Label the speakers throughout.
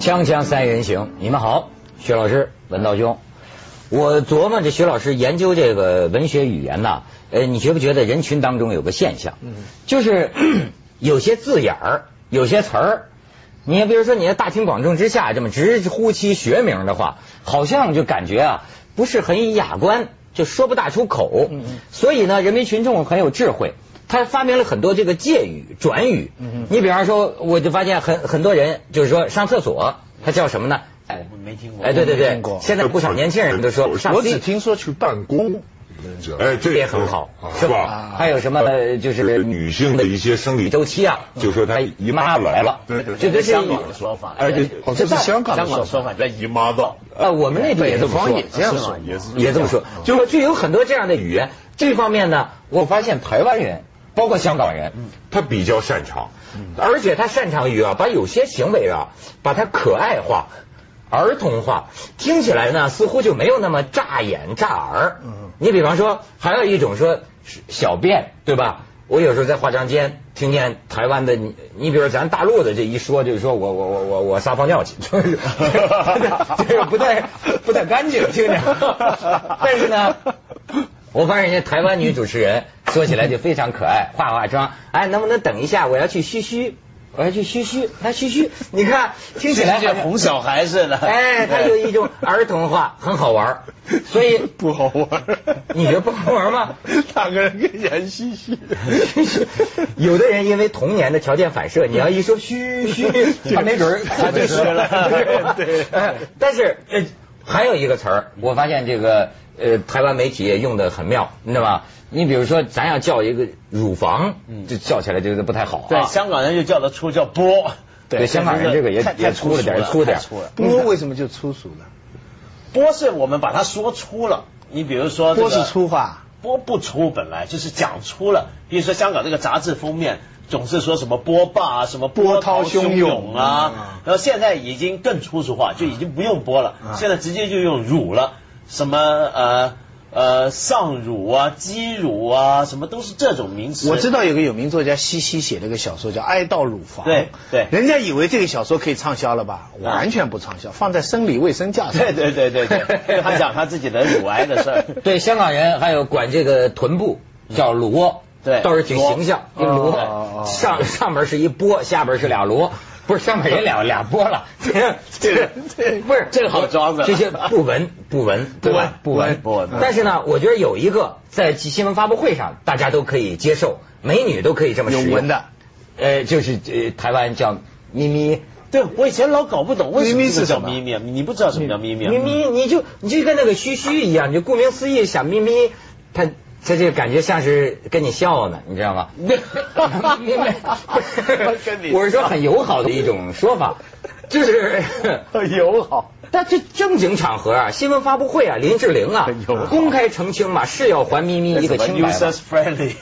Speaker 1: 锵锵三人行，你们好，薛老师、文道兄。我琢磨着薛老师研究这个文学语言呐、呃，你觉不觉得人群当中有个现象，
Speaker 2: 嗯
Speaker 1: 就是 有些字眼儿、有些词儿，你比如说你在大庭广众之下这么直呼其学名的话，好像就感觉啊不是很雅观，就说不大出口。
Speaker 2: 嗯嗯
Speaker 1: 所以呢，人民群众很有智慧，他发明了很多这个借语、转语。
Speaker 2: 嗯嗯
Speaker 1: 你比方说，我就发现很很多人就是说上厕所，他叫什么呢？哎
Speaker 2: 我没听过
Speaker 1: 哎，对对
Speaker 2: 我没
Speaker 1: 对
Speaker 2: 听过，
Speaker 1: 现在不少年轻人都说上
Speaker 3: 我
Speaker 1: 厕
Speaker 3: 只听说去办公，你知道吗
Speaker 4: 哎，这
Speaker 1: 这
Speaker 4: 个
Speaker 1: 也很好，是吧
Speaker 2: 啊？
Speaker 1: 还有什么呃就是
Speaker 4: 女性的一些生理
Speaker 1: 周期啊，
Speaker 4: 就说她
Speaker 1: 哎
Speaker 4: 姨妈来了
Speaker 3: 对对对
Speaker 1: 这都是
Speaker 2: 香港的说法
Speaker 4: 哎
Speaker 1: 而且
Speaker 3: 哦，这是香港
Speaker 2: 香港
Speaker 3: 的说
Speaker 2: 的
Speaker 3: 法。
Speaker 2: 说法，
Speaker 4: 来姨妈到，
Speaker 1: 啊，我们那边也这么说
Speaker 3: 哎北方，也这样说
Speaker 4: 也是
Speaker 1: 也这么说，就是说就有很多这样的语言。这方面呢，我发现台湾人，包括香港人，
Speaker 3: 嗯
Speaker 4: 她比较擅长。
Speaker 1: 而且他擅长于啊，把有些行为啊，把它可爱化、儿童化，听起来呢似乎就没有那么扎眼扎耳。
Speaker 2: 嗯
Speaker 1: 你比方说，还有一种说是小便，对吧？我有时候在化妆间听见台湾的你，你比如咱大陆的这一说，就是说我我我我我撒泡尿去， 就是这个不 太不太干净，听着。 但是呢，我发现人家台湾女主持人说起来就非常可爱，化化妆，哎，能不能等一下？我要去嘘嘘，我要去嘘嘘，她嘘嘘，你看听起来
Speaker 2: 就
Speaker 1: 好像
Speaker 2: 像哄小孩似的。
Speaker 1: 哎，她有一 种儿童化，很好玩儿，所 以
Speaker 3: 不好玩，
Speaker 1: 你觉得不好玩吗？
Speaker 3: 大个人跟演戏戏，
Speaker 1: 有的人因为童年的条件反射，你要一说嘘 嘘，他没准儿他就
Speaker 2: 就学了
Speaker 1: 对，哎但是呃，还有一个词儿，我发现这个呃，台湾媒体也用的很妙，你知道吧？你比如说，咱要叫一个乳房，就叫起来就是不太好啊。
Speaker 2: 嗯对，香港人就叫得出叫波。
Speaker 1: 对香港人这个也
Speaker 2: 太
Speaker 1: 也
Speaker 2: 太
Speaker 1: 粗了点
Speaker 2: 太
Speaker 1: 粗
Speaker 2: 粗
Speaker 1: 点
Speaker 2: 了。
Speaker 3: 波为什么就粗俗呢？
Speaker 2: 波是我们把它说粗了，你比如哦说这
Speaker 3: 波
Speaker 2: 个
Speaker 3: 是粗话，
Speaker 2: 波不粗，本来就是讲粗了。比如说香港这个杂志封面总是说什么波霸啊，什么
Speaker 3: 波涛
Speaker 2: 汹涌
Speaker 3: 汹涌
Speaker 2: 啊，
Speaker 3: 嗯
Speaker 2: 然后现在已经更粗俗化，就已经不用波了，
Speaker 3: 嗯
Speaker 2: 现在直接就用乳了，什么呃呃上乳啊、鸡乳啊，什么都是这种名词。
Speaker 3: 我知道有个有名作家西西写了个小说叫《哀悼乳房》，
Speaker 2: 对对
Speaker 3: 人家以为这个小说可以畅销了吧？完全不畅销，放在生理卫生架上。
Speaker 2: 对对对对 对，他讲他自己的乳癌的事儿。
Speaker 1: 对香港人还有管这个臀部叫螺，
Speaker 2: 对
Speaker 1: 倒是挺形象，
Speaker 3: 螺
Speaker 1: 这个
Speaker 3: 哦哦
Speaker 1: 螺
Speaker 3: 哦
Speaker 1: 上上面是一波，下边是俩螺。不是上面也俩俩波了，这个
Speaker 3: 对
Speaker 1: 不是
Speaker 2: 这个好装的
Speaker 1: 这些不文不文对吧
Speaker 3: 不
Speaker 2: 文不文不文
Speaker 1: 但是呢，我觉得有一个在新闻发布会上大家都可以接受，美女都可以这么使
Speaker 3: 有
Speaker 1: 用
Speaker 3: 文的，
Speaker 1: 呃，就是呃台湾叫咪咪。
Speaker 2: 对，我以前老搞不懂为什么
Speaker 3: 咪咪
Speaker 2: 这个
Speaker 3: 是
Speaker 2: 叫
Speaker 3: 什么
Speaker 2: 咪咪，你不知道什么叫咪咪啊？
Speaker 1: 咪咪，你就你就跟那个嘘嘘一样，你就顾名思义想咪咪，他他这个感觉像是跟你笑呢，你知道吗？咪咪，
Speaker 2: 跟你笑
Speaker 1: 我是说很友好的一种说法，就是。
Speaker 3: 很友好。
Speaker 1: 但这正经场合啊，新闻发布会啊，林志玲啊
Speaker 3: 很友好，
Speaker 1: 公开澄清嘛，是要还咪咪一个清白嘛。
Speaker 2: users friendly，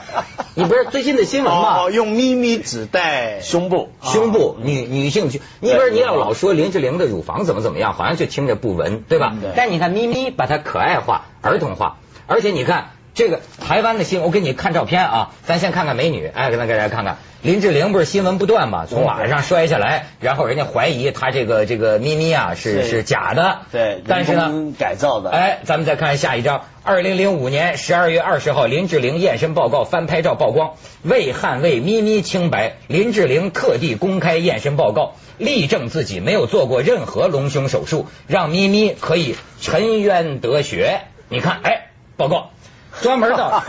Speaker 1: 你不是最近的新闻吗？
Speaker 3: 哦，用咪咪指代
Speaker 2: 胸部
Speaker 1: 胸部、
Speaker 2: 啊
Speaker 1: 女女性去，你不是你要老说林志玲的乳房怎么怎么样，好像就听着不文，对吧？
Speaker 2: 嗯对
Speaker 1: 但你看咪咪把它可爱化、儿童化，而且你看这个台湾的新闻，我给你看照片啊，咱先看看美女，哎，给大家看看林志玲不是新闻不断嘛，从马上摔下来，然后人家怀疑她这个这个咪咪啊是
Speaker 2: 对
Speaker 1: 是假的，
Speaker 2: 对
Speaker 1: 但是
Speaker 2: 人
Speaker 1: 呢
Speaker 2: 工改造的
Speaker 1: 哎，咱们再看下一张，二零零五年十二月二十号，林志玲验身报告翻拍照曝光，为捍卫咪咪清白，林志玲特地公开验身报告，力证自己没有做过任何隆胸手术，让咪咪可以沉冤得雪。你看，哎，报告。 专门到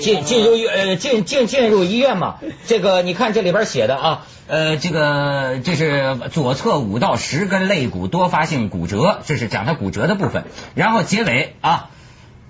Speaker 1: 进进入医呃进进进入医院嘛，这个你看这里边写的啊，呃这个这是左侧五到十根肋骨多发性骨折，这是讲它骨折的部分，然后结尾啊，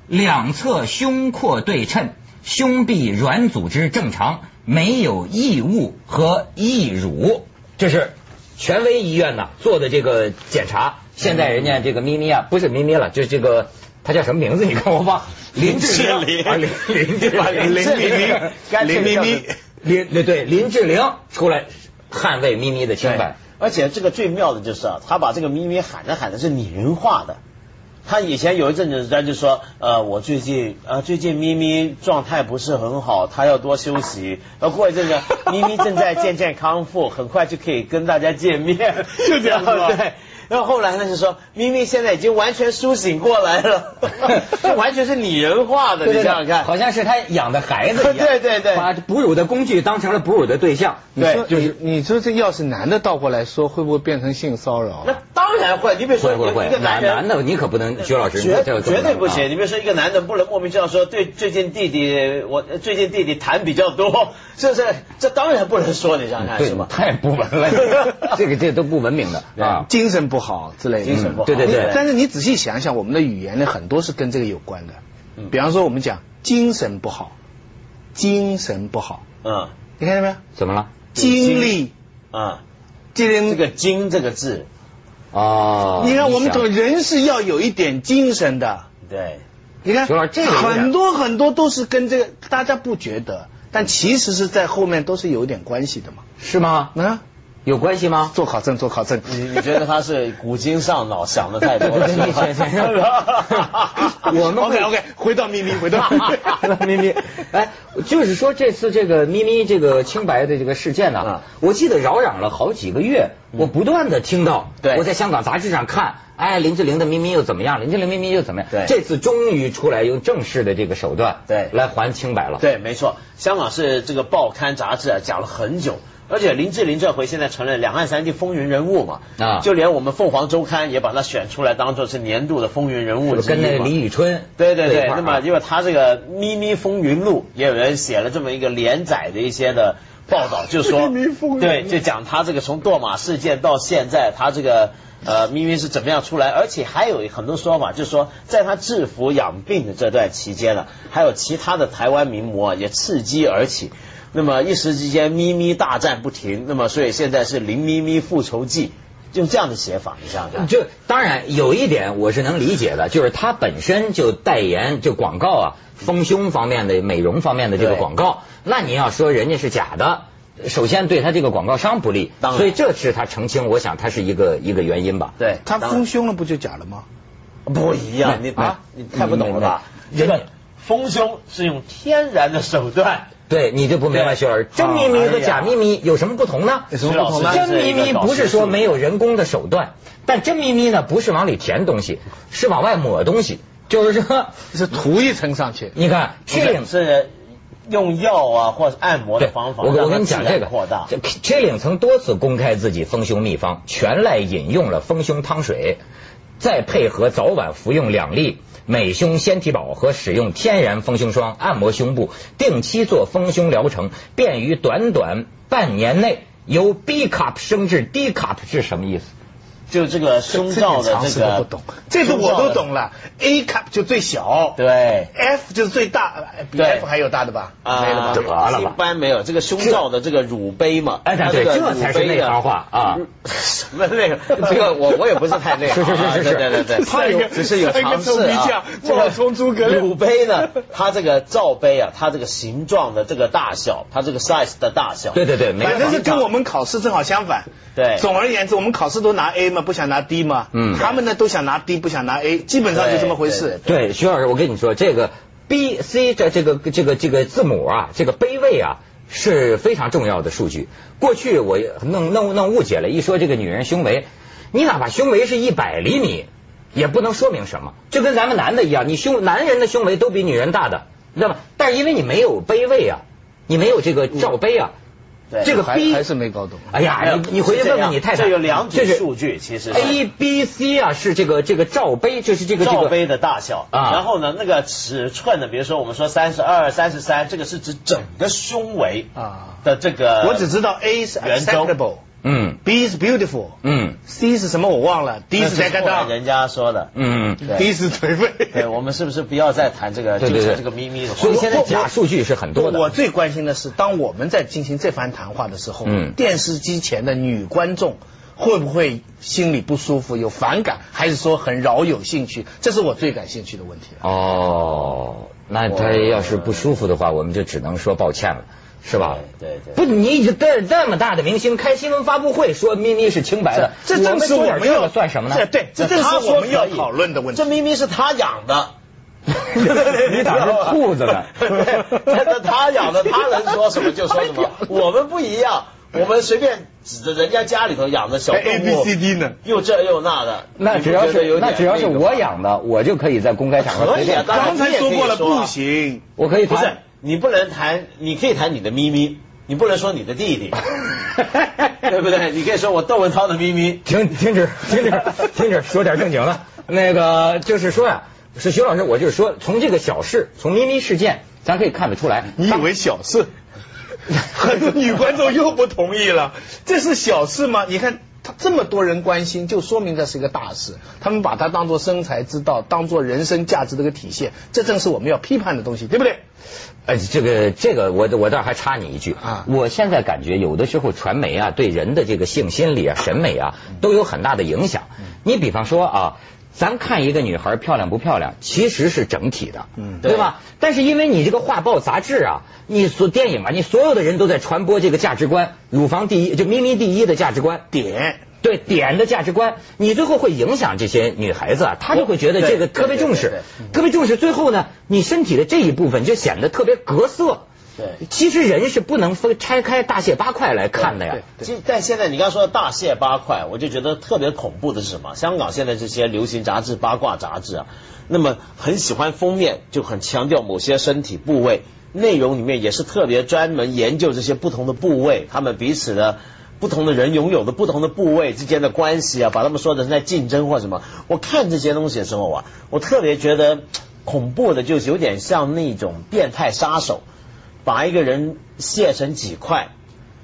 Speaker 1: 两侧胸廓对称，胸壁软组织正常，没有异物和异乳，这是权威医院呐做的这个检查。现在人家这个咪咪啊，不是咪咪了，就是这个他叫什么名字？你看我忘，林志玲，啊林林志玲，
Speaker 3: 林志玲
Speaker 1: 干脆
Speaker 3: 林咪
Speaker 1: 叫
Speaker 3: 咪
Speaker 1: 林对对林志玲出来捍卫咪咪的清
Speaker 2: 对
Speaker 1: 白。，
Speaker 2: 而且这个最妙的就是啊，他把这个咪咪喊着喊着是拟人化的。他以前有一阵子，他就说，呃，我最近呃最近咪咪状态不是很好，他要多休息。然后过一 阵子，咪咪正在渐渐康复，很快就可以跟大家 见面，
Speaker 3: 就这样子吗
Speaker 2: 对。然后后来呢，就说咪咪现在已经完全苏醒过来了， 这完全是拟人化的，你
Speaker 1: 对
Speaker 2: 想想看。
Speaker 1: 好像是他养的孩子一样，
Speaker 2: 对对对
Speaker 1: 把哺乳的工具当成了哺乳的对象。
Speaker 3: 你
Speaker 2: 对
Speaker 3: 说
Speaker 1: 就是
Speaker 3: 你你说这要是男的倒过来说，会不会变成性骚扰
Speaker 2: 那？当然会，你比如说
Speaker 1: 会会会
Speaker 2: 一个，
Speaker 1: 男
Speaker 2: 男人，呃
Speaker 1: 男的你可不能，徐老师，你
Speaker 2: 绝
Speaker 1: 这个可
Speaker 2: 绝对不
Speaker 1: 能啊
Speaker 2: 行。你比如说，一个男的不能莫名其妙说，对最近弟弟，我最近弟弟痰比较多， 这是这当然不能说，你想想看
Speaker 1: 对
Speaker 2: 是吧？
Speaker 1: 太不文了， 这个这都不文明的啊。
Speaker 3: 精神不好之类的，
Speaker 2: 精神不好
Speaker 1: 嗯对对对
Speaker 3: 你但是你仔细想想，我们的语言呢，很多是跟这个有关的。
Speaker 2: 嗯
Speaker 3: 比方说，我们讲精神不好，精神不好，
Speaker 2: 嗯
Speaker 3: 你看见没有？
Speaker 1: 怎么了？
Speaker 3: 精力，
Speaker 2: 啊，
Speaker 3: 精
Speaker 2: 这
Speaker 3: 力。
Speaker 2: 个“精”这个字，
Speaker 1: 哦，
Speaker 3: 你看，我们
Speaker 1: 想
Speaker 3: 懂人是要有一点精神的。
Speaker 2: 对，
Speaker 3: 你看，
Speaker 1: 徐老师这个有点
Speaker 3: 很多很多都是跟这个大家不觉得，但其实是在后面都是有一点关系的嘛。
Speaker 1: 是吗？
Speaker 3: 啊，
Speaker 1: 有关系 吗？
Speaker 3: 做考证，做考证。
Speaker 2: 你你觉 得他是古今上脑想的太 多了？是
Speaker 1: 对对对
Speaker 2: 吧
Speaker 1: 我们会
Speaker 3: OK OK，回到秘密，回到
Speaker 1: 咪咪，哎，就是说这次这个咪咪这个清白的这个事件呢、
Speaker 2: 啊
Speaker 1: 我记得扰攘了好几个月，我不断的听到，
Speaker 2: 嗯对
Speaker 1: 我在香港杂志上看，哎，林志玲的咪咪又怎么样，林志玲咪咪又怎么样，
Speaker 2: 对
Speaker 1: 这次终于出来用正式的这个手段，
Speaker 2: 对
Speaker 1: 来还清白了，，
Speaker 2: 对，没错，香港是这个报刊杂志啊，讲了很久。而且林志玲这回现在成了两岸三地风云人物嘛，
Speaker 1: 啊
Speaker 2: 就连我们凤凰周刊也把她选出来当做是年度的风云人物之一
Speaker 1: 跟那个
Speaker 2: 嘛
Speaker 1: 李宇春，
Speaker 2: 对对
Speaker 1: 一
Speaker 2: 对，
Speaker 1: 块儿
Speaker 2: 那
Speaker 1: 啊
Speaker 2: 么因为他这个《咪咪风云录》也有人写了这么一个连载的一些的报道，就说
Speaker 3: 咪咪风云录
Speaker 2: 对，就讲他这个从堕马事件到现在，他这个呃咪咪是怎么样出来，而且还有很多说法，就是说在他制服养病的这段期间呢，还有其他的台湾名模啊也伺机而起。那么一时之间，咪咪大战不停。那么，所以现在是《林咪咪复仇记》，用这样的写法，你想想看。
Speaker 1: 就当然有一点我是能理解的，就是他本身就代言就广告啊，丰胸方面的、美容方面的这个
Speaker 2: 对
Speaker 1: 广告，那你要说人家是假的，首先对他这个广告商不利
Speaker 2: 当，然
Speaker 1: 所以这是他澄清，我想他是一个一个原因吧。
Speaker 2: 对，
Speaker 3: 他
Speaker 2: 当然
Speaker 3: 丰胸了，不就假了吗？
Speaker 2: 不一样，
Speaker 1: 没
Speaker 2: 你
Speaker 1: 没
Speaker 2: 啊，你太不懂了吧？
Speaker 1: 没没
Speaker 2: 这个丰胸是用天然的手段，
Speaker 1: 对，你就不明白，啊
Speaker 2: 对
Speaker 1: 薛老师，真咪咪和假咪咪有什么不同呢？
Speaker 3: 有什么不同呢
Speaker 1: 真咪咪不啊是说没有人工的手段，但真咪咪呢不是往里填东西，是往外抹东西，就是说，
Speaker 3: 是涂一层上去。
Speaker 1: 你看，
Speaker 2: 不是是用药啊或者按摩的方法，
Speaker 1: 对我我
Speaker 2: 让它
Speaker 1: 跟你讲
Speaker 2: 自然
Speaker 1: 这个
Speaker 2: 扩大，
Speaker 1: 这 K 岭曾多次公开自己丰胸秘方，全赖饮用了丰胸汤水，再配合早晚服用两粒美胸纤体宝和使用天然丰胸霜按摩胸部，定期做丰胸疗程，便于短短半年内由 B cup 升至 D cup 是什么意思？
Speaker 2: 就这个胸罩的
Speaker 3: 常识
Speaker 2: 这
Speaker 3: 都
Speaker 2: 个
Speaker 3: 不懂，这个我都懂
Speaker 2: 了，
Speaker 3: 了。A cup 就最小，
Speaker 2: 对。
Speaker 3: ，F 就是最大，哎比
Speaker 2: 对
Speaker 3: F 还有大的吧？没了吧？
Speaker 4: 得了吧
Speaker 2: 啊一般没有这个胸罩的这个乳杯嘛，
Speaker 1: 哎对
Speaker 2: 它个
Speaker 1: 这才是
Speaker 2: 乳杯的嗯
Speaker 1: 内行话啊
Speaker 2: 什么内行？这个我我也不是太内行啊，
Speaker 1: 是是是是是
Speaker 2: 对对对对，
Speaker 3: 下一个
Speaker 2: 只是有尝试
Speaker 3: 下一个臭皮
Speaker 2: 啊
Speaker 3: 匠。冒充诸葛亮
Speaker 2: 乳杯呢，它这个罩杯啊，它这个形状的这个大小，它这个 size 的大小，
Speaker 1: 对对对，没有
Speaker 3: 反正是跟我们考试正好相反。
Speaker 2: 对
Speaker 3: 总而言之，我们考试都拿 A 嘛，不想拿 D 嘛。
Speaker 1: 嗯
Speaker 3: 他们呢都想拿 D，不想拿 A，基本上就这么回
Speaker 2: 对对
Speaker 3: 事。
Speaker 1: 对，徐老师，我跟你说，这个 B、C 这这个这个这个字母啊，这个杯位啊。是非常重要的数据。过去我也弄弄弄误解了，一说这个女人胸围，你哪怕胸围是一百厘米，也不能说明什么，就跟咱们男的一样，你胸男人的胸围都比女人大的，你知道吗？但是因为你没有杯位啊，你没有这个罩杯啊，
Speaker 2: 对
Speaker 1: 这个
Speaker 3: 还
Speaker 1: B
Speaker 3: 还是没搞懂
Speaker 1: 哎呀，你你回去问问你太太，
Speaker 2: 这有两组
Speaker 1: 这是
Speaker 2: 数据其实是
Speaker 1: A、B、C 啊，是这个这个罩杯，就是这个这
Speaker 2: 罩
Speaker 1: 个
Speaker 2: 杯的大小，
Speaker 1: 啊
Speaker 2: 然后呢，那个尺寸呢，比如说我们说三十二、三十三，这个是指整个胸围
Speaker 3: 啊。
Speaker 2: 的这个。
Speaker 3: 我只知道 A 是
Speaker 2: 呃圆周
Speaker 3: acceptable，B
Speaker 1: 嗯
Speaker 3: 是 beautiful，C
Speaker 1: 嗯。
Speaker 3: 是什么我忘了，D
Speaker 2: 那
Speaker 3: 是
Speaker 2: 是
Speaker 3: d 干
Speaker 2: 后来
Speaker 3: d
Speaker 2: 人家说的，
Speaker 1: 嗯，
Speaker 2: 对
Speaker 3: d 是颓
Speaker 2: 对
Speaker 3: 废。
Speaker 2: 我们是不是不要再谈这个
Speaker 1: 对对
Speaker 2: 纠
Speaker 1: 对，
Speaker 2: 缠这个咪咪的话
Speaker 1: 所以
Speaker 2: 题？
Speaker 1: 现在假数据是很多的。
Speaker 3: 我最关心的是，当我们在进行这番谈话的时候，
Speaker 1: 嗯
Speaker 3: 电视机前的女观众会不会心里不舒服、有反感，还是说很饶有兴趣？这是我最感兴趣的问题了。
Speaker 1: 哦，那他要是不舒服的话，我们就只能说抱歉了。是吧？
Speaker 2: 对对对
Speaker 1: 不，你这这么大的明星开新闻发布会说咪咪是清白的，
Speaker 3: 这
Speaker 1: 我
Speaker 3: 正
Speaker 1: 们
Speaker 3: 是
Speaker 1: 说
Speaker 3: 我
Speaker 1: 点
Speaker 3: 们
Speaker 1: 这
Speaker 3: 要
Speaker 1: 个算什么呢？
Speaker 3: 这对，这正
Speaker 2: 他
Speaker 3: 是
Speaker 2: 说
Speaker 3: 我们要
Speaker 2: 可以
Speaker 3: 讨论的问题
Speaker 2: 这。明明是他养的。
Speaker 1: 你咋是兔子 呢
Speaker 2: 对这这他养的，他能说什么就说什 么。我们不一样，我们随便指着人家家里头养的小动物
Speaker 3: A B C D 呢？
Speaker 2: 又这又那的。
Speaker 1: 那
Speaker 2: 你不
Speaker 1: 只要
Speaker 2: 觉得
Speaker 1: 是
Speaker 2: 有
Speaker 1: 那
Speaker 2: 点
Speaker 1: 只要是
Speaker 2: 那个吗
Speaker 1: 我，养的，我就可以在公开场合
Speaker 2: 可
Speaker 1: 随
Speaker 2: 以啊
Speaker 1: 便，
Speaker 2: 当然
Speaker 3: 刚才说过
Speaker 2: 你也可
Speaker 3: 了，
Speaker 2: 以说啊
Speaker 3: 不行。
Speaker 1: 我可以
Speaker 2: 不是
Speaker 1: 谈。
Speaker 2: 你不能谈，你可以谈你的咪咪，你不能说你的 弟弟，对不对？你可以说我窦文涛的咪咪。
Speaker 1: 停停止停止停止，说点正经的。那个就是说呀、是徐老师，我就是说，从这个小事，从咪咪事件，咱可以看得出来，
Speaker 3: 你以为小事？很多 女观众又不同意了，这是小事吗？你看。他这么多人关心，就说明这是一个大事。他们把它当做生财之道，当做人生价值的一个体现，这正是我们要批判的东西，对不对？
Speaker 1: 呃，这个这个我我倒还插你一句
Speaker 3: 啊
Speaker 1: 我现在感觉有的时候传媒啊对人的这个性心理啊审美啊都有很大的影响。
Speaker 3: 嗯
Speaker 1: 你比方说啊，咱看一个女孩漂亮不漂亮，其实是整体的，
Speaker 3: 嗯
Speaker 1: 对吧？但是因为你这个画报杂志啊，你所电影啊，你所有的人都在传播这个价值观，乳房第一，就咪咪第一的价值观。
Speaker 3: 点
Speaker 1: 对点的价值观，你最后会影响这些女孩子啊，她就会觉得这个
Speaker 2: 对
Speaker 1: 特别重
Speaker 2: 对
Speaker 1: 视
Speaker 2: 对，
Speaker 1: 特别重视。最后呢，你身体的这一部分就显得特别格色。
Speaker 2: 对
Speaker 1: 其实人是不能分拆开大卸八块来看的呀。
Speaker 3: 对
Speaker 2: 其实但现在你刚说的大卸八块，我就觉得特别恐怖的是什么？香港现在这些流行杂志、八卦杂志啊，那么很喜欢封面，就很强调某些身体部位，内容里面也是特别专门研究这些不同的部位，他们彼此的。不同的人拥有的不同的部位之间的关系啊，把他们说的是在竞争或什么。我看这些东西的时候啊，我特别觉得恐怖的，就是有点像那种变态杀手，把一个人卸成几块，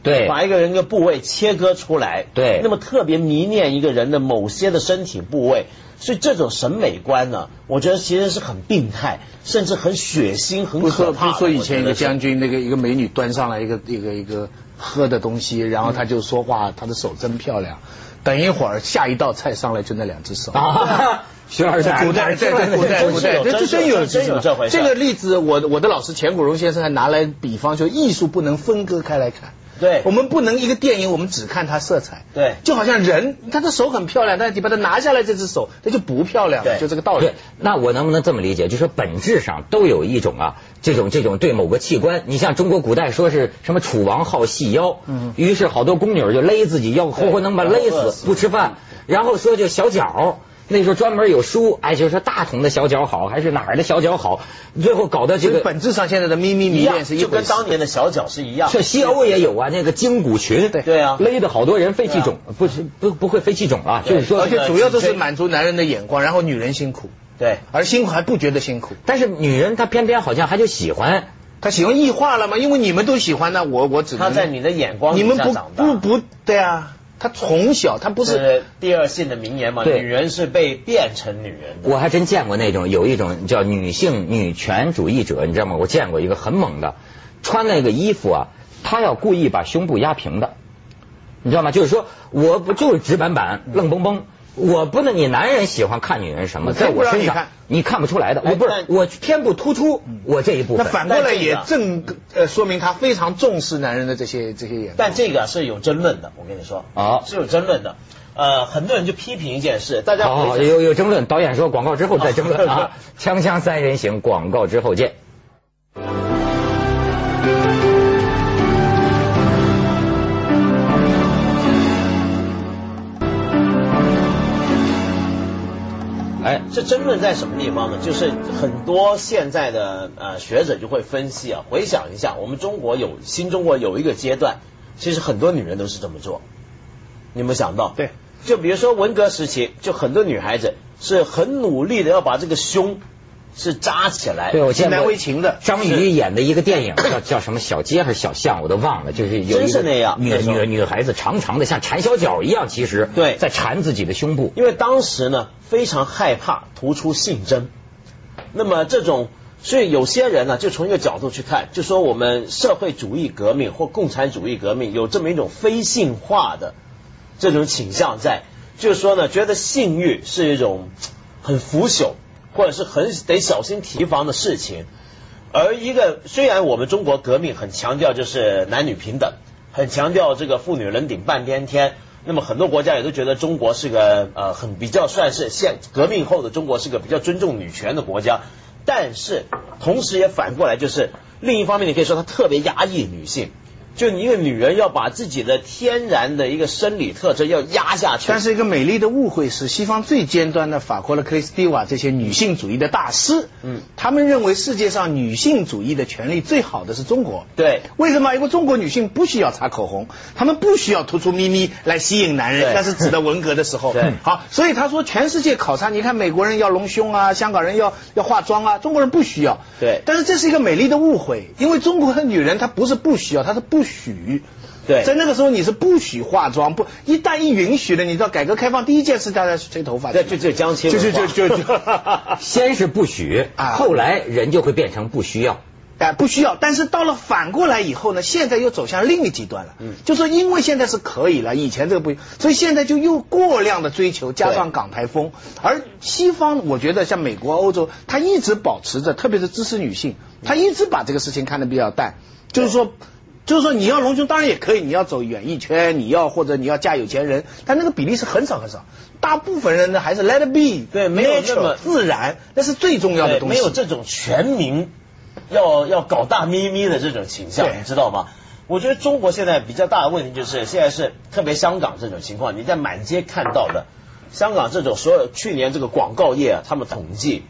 Speaker 1: 对
Speaker 2: 把一个人的部位切割出来，
Speaker 1: 对
Speaker 2: 那么特别迷恋一个人的某些的身体部位，所以这种审美观呢，我觉得其实是很病态，甚至很血腥、很
Speaker 3: 不是
Speaker 2: 可
Speaker 3: 说，
Speaker 2: 怕的。
Speaker 3: 不是说以前一个
Speaker 2: 我觉得是
Speaker 3: 将军，那个一个美女端上来一个一个一个喝的东西，然后他就说哇，她的手真漂亮。等一会儿下一道菜上来就那两只手
Speaker 1: 啊，徐老师在，
Speaker 3: 古代，对对，古代，古代，
Speaker 2: 真是有
Speaker 3: 这真有
Speaker 2: 真有这回事
Speaker 3: 这个例子，我我的老师钱谷荣先生还拿来比方，就艺术不能分割开来看。
Speaker 2: 对
Speaker 3: 我们不能一个电影，我们只看它色彩。
Speaker 2: 对
Speaker 3: 就好像人，他的手很漂亮，但是你把它拿下来，这只手它就不漂亮了，
Speaker 2: 对
Speaker 3: 就这个道理
Speaker 1: 对。，那我能不能这么理解？就说本质上都有一种啊，这种这种对某个器官，你像中国古代说是什么楚王好细腰，嗯，于是好多宫女儿就勒自己腰，活活能把勒
Speaker 2: 然后饿
Speaker 1: 死，
Speaker 2: 死
Speaker 1: 不吃饭，然后说就小脚。那时候专门有书，哎，就是说大同的小脚好，还是哪儿的小脚好，最后搞到这
Speaker 3: 所以
Speaker 1: 个，
Speaker 3: 本质上现在的咪咪
Speaker 2: 一
Speaker 3: 迷
Speaker 2: 样，
Speaker 3: 恋是一
Speaker 2: 就
Speaker 3: 回
Speaker 2: 跟
Speaker 3: 事。
Speaker 2: 当年的小脚是一样。
Speaker 1: 这西欧也有啊，那个筋骨群，
Speaker 3: 对
Speaker 2: 对啊
Speaker 1: 勒的好多人肺气肿，不是不不会肺气肿啊，就是说
Speaker 3: 而且主要都是
Speaker 2: 对
Speaker 3: 满足男人的眼光，然后女人辛苦，
Speaker 2: 对，
Speaker 3: 而辛苦还不觉得辛苦。
Speaker 1: 但是女人她偏偏好像还就喜欢，
Speaker 3: 他喜欢异化了吗？因为你们都喜欢，那我我只
Speaker 2: 他
Speaker 3: 能
Speaker 2: 在你的眼光
Speaker 3: 你
Speaker 2: 底
Speaker 3: 们
Speaker 2: 下
Speaker 3: 不
Speaker 2: 长大。
Speaker 3: 不不对啊，他从小他
Speaker 2: 不
Speaker 3: 不是
Speaker 2: 是第二性的名言嘛？
Speaker 1: 对
Speaker 2: 女人是被变成女人的。
Speaker 1: 我还真见过那种有一种叫女性女权主义者，你知道吗？我见过一个很猛的，穿那个衣服啊，她要故意把胸部压平的，你知道吗？就是说我不就是直板板、愣绷绷。我不能，你男人喜欢看女人什么，
Speaker 3: 我才
Speaker 1: 在我
Speaker 3: 不让
Speaker 1: 身
Speaker 3: 你
Speaker 1: 上
Speaker 3: 看
Speaker 1: 你看不出来的，
Speaker 2: 哎
Speaker 1: 我不是
Speaker 2: 但
Speaker 1: 我偏不突出我这一部
Speaker 3: 那
Speaker 1: 分。
Speaker 3: 反过来
Speaker 2: 但这
Speaker 3: 也
Speaker 2: 个
Speaker 3: 正呃说明他非常重视男人的这些这些眼光。
Speaker 2: 但这个是有争论的，我跟你说，
Speaker 1: 好
Speaker 2: 是有争论的。呃，很多人就批评一件事，大家
Speaker 1: 好好好，
Speaker 2: 回想
Speaker 1: 有有争论，导演说广告之后再争论 啊。锵锵三人行，广告之后见。哎，
Speaker 2: 这争论在什么地方呢？就是很多现在的呃学者就会分析啊，回想一下，我们中国有新中国有一个阶段，其实很多女人都是这么做，你有没有想到？
Speaker 3: 对，
Speaker 2: 就比如说文革时期，就很多女孩子是很努力的要把这个胸是扎起来，
Speaker 1: 对，我
Speaker 3: 是
Speaker 1: 见
Speaker 3: 难
Speaker 1: 过
Speaker 3: 为情的，
Speaker 1: 张宇演的一个电影叫叫什么小街还是小巷，我都忘了，就是有一
Speaker 2: 真
Speaker 1: 个
Speaker 2: 是那样
Speaker 1: 女
Speaker 2: 那时候
Speaker 1: 女女孩子长长的像缠小脚一样，其实
Speaker 2: 对
Speaker 1: 在缠自己的胸部。
Speaker 2: 因为当时呢非常害怕突出性征，那么这种，所以有些人呢就从一个角度去看，就说我们社会主义革命或共产主义革命有这么一种非性化的这种倾向在，就是说呢，觉得性欲是一种嘖很腐朽或者是很得小心提防的事情。而一个虽然我们中国革命很强调就是男女平等，很强调这个妇女能顶半边天，那么很多国家也都觉得中国是个呃很比较算是现革命后的中国是个比较尊重女权的国家，但是同时也反过来就是另一方面，你可以说它特别压抑女性。就你一个女人要把自己的天然的一个生理特征要压下去，
Speaker 3: 但是一个美丽的误会是，西方最尖端的法国的克里斯蒂瓦这些女性主义的大师，
Speaker 2: 嗯
Speaker 3: 嗯，他们认为世界上女性主义的权利最好的是中国。
Speaker 2: 对
Speaker 3: 为什么？因为中国女性不需要擦口红，她们不需要突出咪咪来吸引男
Speaker 2: 对
Speaker 3: 人，那是指的文革的时 候。
Speaker 2: 对
Speaker 3: 好，所以他说全世界考察，你看美国人要隆胸啊，香港人要要化妆啊，中国人不需要。
Speaker 2: 对
Speaker 3: 但是这是一个美丽的误会，因为中国的女人她不是不需要，她是不许。
Speaker 2: 对
Speaker 3: 在那个时候你是不许化妆，不一旦一允许了，你知道改革开放第一件事大家是吹头发，
Speaker 2: 对，就就江青
Speaker 3: 就
Speaker 2: 文
Speaker 3: 就
Speaker 2: 化，
Speaker 3: 就就就，
Speaker 2: 啊
Speaker 1: 先是不许，
Speaker 3: 啊
Speaker 1: 后来人就会变成不需要。
Speaker 3: 哎，不需要。但是到了反过来以后呢，现在又走向另一极端了。
Speaker 2: 嗯
Speaker 3: 嗯，就说因为现在是可以了，以前这个不，所以现在就又过量的追求，加上港台风。而西方，我觉得像美国、欧洲，它一直保持着，特别是支持女性，
Speaker 2: 嗯
Speaker 3: 它一直把这个事情看得比较淡，就是说。就是说，你要隆胸当然也可以，你要走演艺圈，你要或者你要嫁有钱人，但那个比例是很少很少，大部分人呢还是 let it be，
Speaker 2: 对没有那么
Speaker 3: natural，自然，那是最重要
Speaker 2: 对，
Speaker 3: 的东西。
Speaker 2: 没有这种全民要要搞大咪咪的这种倾向，
Speaker 3: 对
Speaker 2: 你知道吗？我觉得中国现在比较大的问题就是，现在是特别香港这种情况，你在满街看到的。香港这种所有去年这个广告业、啊，他们统计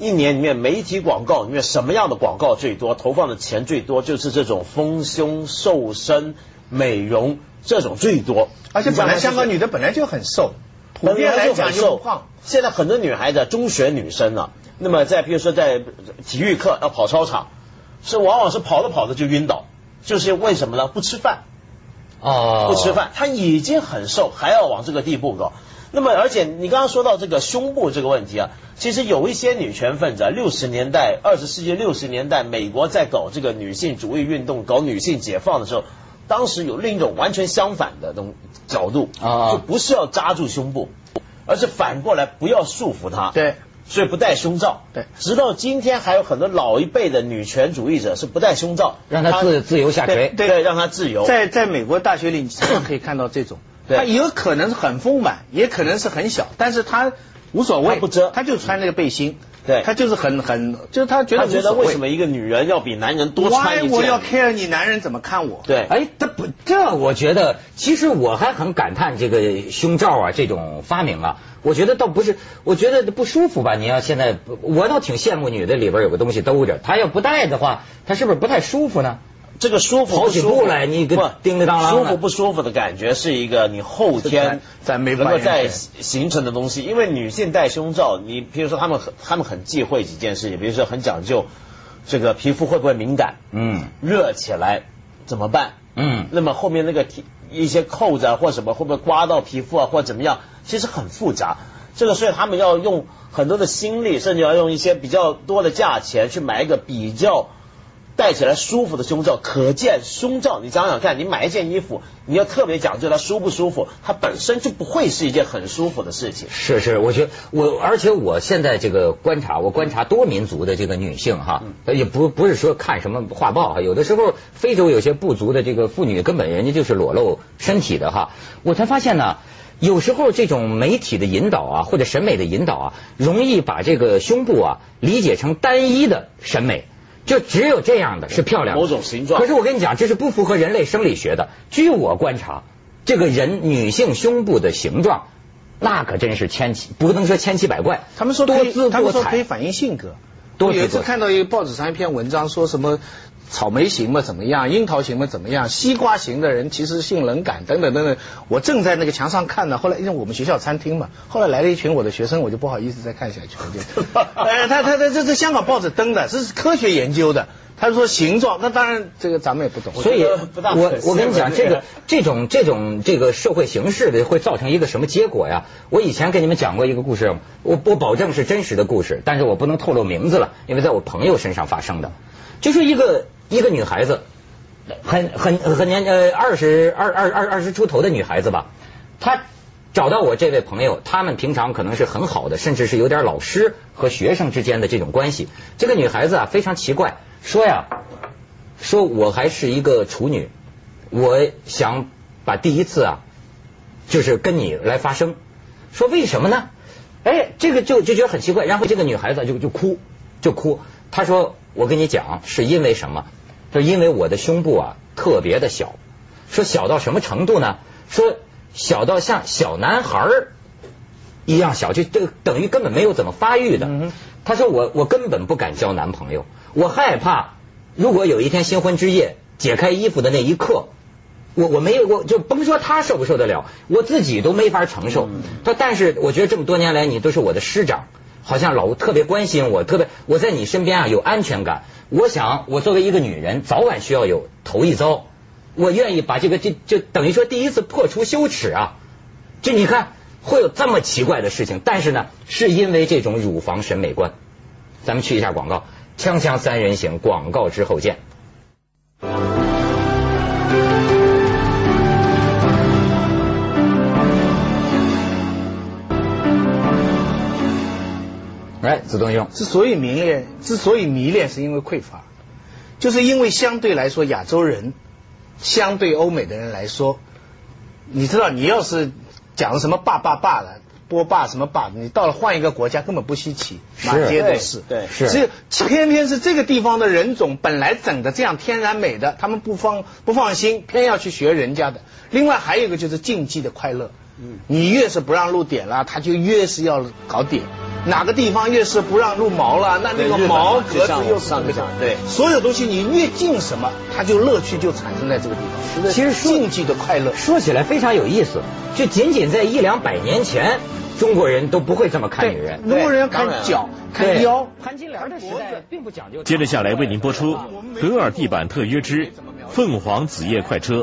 Speaker 2: 一年里面媒体广告里面什么样的广告最多，投放的钱最多，就是这种丰胸、瘦身、美容这种最多。
Speaker 3: 而且本来
Speaker 2: 你知道
Speaker 3: 香
Speaker 2: 吗
Speaker 3: 港女的本来就很瘦，普
Speaker 2: 普遍
Speaker 3: 遍来
Speaker 2: 来
Speaker 3: 讲
Speaker 2: 讲
Speaker 3: 就不
Speaker 2: 瘦
Speaker 3: 胖。。
Speaker 2: 现在很多女孩子，中学女生啊，那么在比如说在体育课要跑操场，是往往是跑着跑着就晕倒，就是为什么呢？不吃饭，
Speaker 1: 哦
Speaker 2: 不吃。饭，她已经很瘦，还要往这个地步搞。那么，而且你刚刚说到这个胸部这个问题啊，其实有一些女权分子啊，六十年代、二十世纪六十年代，美国在搞这个女性主义运动、搞女性解放的时候，当时有另一种完全相反的东角度
Speaker 1: 啊
Speaker 2: 就不是要扎住胸部，而是反过来不要束缚它。。
Speaker 3: 对，
Speaker 2: 所以不戴胸罩。
Speaker 3: 对
Speaker 2: 直到今天还有很多老一辈的女权主义者是不戴胸罩，
Speaker 1: 让她自自由下垂
Speaker 2: 对，对让她自由。
Speaker 3: 在在美国大学里，你常常可以看到这种，
Speaker 2: 哦对
Speaker 3: 它有可能是很丰满，也可能是很小，但是它无所谓，
Speaker 2: 它不遮
Speaker 3: 它就穿那个背心，
Speaker 2: 对
Speaker 3: 它就是很很，就是他觉得
Speaker 2: 他
Speaker 3: 无
Speaker 2: 觉得
Speaker 3: 所谓
Speaker 2: 为什么一个女人要比男人多穿一
Speaker 3: Why 我要
Speaker 2: 件？
Speaker 3: care 你男人怎么看我？
Speaker 2: 对，
Speaker 1: 哎，他不，这我觉得，其实我还很感叹这个胸罩啊这种发明啊，我觉得倒不是，我觉得不舒服吧？你要现在，我倒挺羡慕女的里边有个东西兜着，她要不戴的话，她是不是不太舒服呢？
Speaker 2: 这个舒服
Speaker 1: 跑
Speaker 2: 不舒服
Speaker 1: 起步来你个
Speaker 2: 不
Speaker 1: 叮叮当啷的
Speaker 2: 舒服不舒服的感觉是一个你后天
Speaker 3: 是在在没
Speaker 2: 能够
Speaker 3: 完全
Speaker 2: 在形成的东西。因为女性戴胸罩，你比如说她们很她们很忌讳几件事情，比如说很讲究这个皮肤会不会敏感，
Speaker 1: 嗯
Speaker 2: 热起来怎么办？
Speaker 1: 嗯，
Speaker 2: 那么后面那个提一些扣子啊或什么会不会刮到皮肤啊或怎么样，其实很复杂。这个所以他们要用很多的心力，甚至要用一些比较多的价钱去买一个比较戴起来舒服的胸罩。可见胸罩，你想想看，你买一件衣服，你要特别讲究它舒不舒服，它本身就不会是一件很舒服的事情。
Speaker 1: 是是，我觉得我，而且我现在这个观察，我观察多民族的这个女性哈，
Speaker 2: 嗯
Speaker 1: 也不不是说看什么画报哈，有的时候非洲有些部族的这个妇女根本人家就是裸露身体的哈，我才发现呢。有时候这种媒体的引导啊，或者审美的引导啊，容易把这个胸部啊理解成单一的审美，就只有这样的是漂亮的，
Speaker 2: 某种形状
Speaker 1: 可是我跟你讲，这是不符合人类生理学的。据我观察，这个人女性胸部的形状，那可真是千奇，不能说千奇百怪。
Speaker 3: 他们说可
Speaker 1: 多
Speaker 3: 以，
Speaker 1: 姿
Speaker 3: 他
Speaker 1: 多
Speaker 3: 们说可以
Speaker 1: 彩，
Speaker 3: 反映性格。
Speaker 1: 多
Speaker 3: 我
Speaker 1: 姿
Speaker 3: 有一次
Speaker 1: 多彩
Speaker 3: 看到一个报纸上一篇文章，说什么草莓型嘛怎么样，樱桃型嘛怎么样，西瓜型的人其实性冷感等等等等。我正在那个墙上看呢，后来因为我们学校餐厅嘛，后来来了一群我的学生，我就不好意思再看下去。 我就，呃，他他他这这香港报纸登的，这是科学研究的。他说形状，那当然这个咱们也不懂。
Speaker 1: 所以，
Speaker 2: 我觉得不大
Speaker 1: 我
Speaker 2: 可信
Speaker 1: 我跟你讲，
Speaker 2: 这
Speaker 1: 这
Speaker 2: 个
Speaker 1: 个这种这种这个社会形势的会造成一个什么结果呀？我以前跟你们讲过一个故事，我我保证是真实的故事，但是我不能透露名字了，因为在我朋友身上发生的，就说一个一个女孩子，很很很年呃二十二二二二十出头的女孩子吧，她找到我这位朋友，他们平常可能是很好的，甚至是有点老师和学生之间的这种关系。这个女孩子啊非常奇怪，说呀，说我还是一个处女，我想把第一次啊，就是跟你来发生。说为什么呢？哎，这个就就觉得很奇怪。然后这个女孩子啊就就哭，就哭。她说：“我跟你讲，是因为什么？就因为我的胸部啊特别的小，说小到什么程度呢？说小到像小男孩儿一样小，就这个等于根本没有怎么发育的。
Speaker 3: 嗯哼
Speaker 1: 她说我我根本不敢交男朋友，我害怕如果有一天新婚之夜解开衣服的那一刻，我我没有我就甭说他受不受得了，我自己都没法承受。
Speaker 3: 嗯
Speaker 1: 他但是我觉得这么多年来你都是我的师长，好像老特别关心我，特别我在你身边啊有安全感。我想我作为一个女人，早晚需要有头一遭，我愿意把这个这就等于说第一次破除羞耻啊。就你看会有这么奇怪的事情，但是呢，是因为这种乳房审美观。咱们去一下广告，锵锵三人行广告之后见。来，哎子东兄，
Speaker 3: 之所以迷恋，之所以迷恋，是因为匮乏，就是因为相对来说亚洲人，相对欧美的人来说，你知道，你要是讲什么爸爸爸了。波霸什么霸，你到了换一个国家根本不稀奇，
Speaker 1: 是
Speaker 3: 满街都是。
Speaker 2: 对对
Speaker 1: 是
Speaker 3: 只有偏偏是这个地方的人种本来整的这样天然美的，他们不放不放心，偏要去学人家的。另外还有一个就是竞技的快乐，
Speaker 2: 嗯
Speaker 3: 你越是不让入点了，他就越是要搞点。哪个地方越是不让入毛了，那那
Speaker 2: 对日
Speaker 3: 个
Speaker 2: 本
Speaker 3: 毛
Speaker 2: 嘛就
Speaker 3: 格子
Speaker 2: 像
Speaker 3: 又是
Speaker 2: 上个讲对
Speaker 3: 所有东西你越近什么，它就乐趣就产生在这个地方。
Speaker 1: 其实说
Speaker 3: 竞技的快乐，
Speaker 1: 说起来非常有意思，就仅仅在一两百年前，中国人都不会这么看女人。
Speaker 3: 如果人要看
Speaker 2: 当然了
Speaker 3: 脚、看腰，
Speaker 1: 潘金莲的时代并不讲究。
Speaker 5: 接着下来为您播出《格尔地板特约之凤凰子夜快车》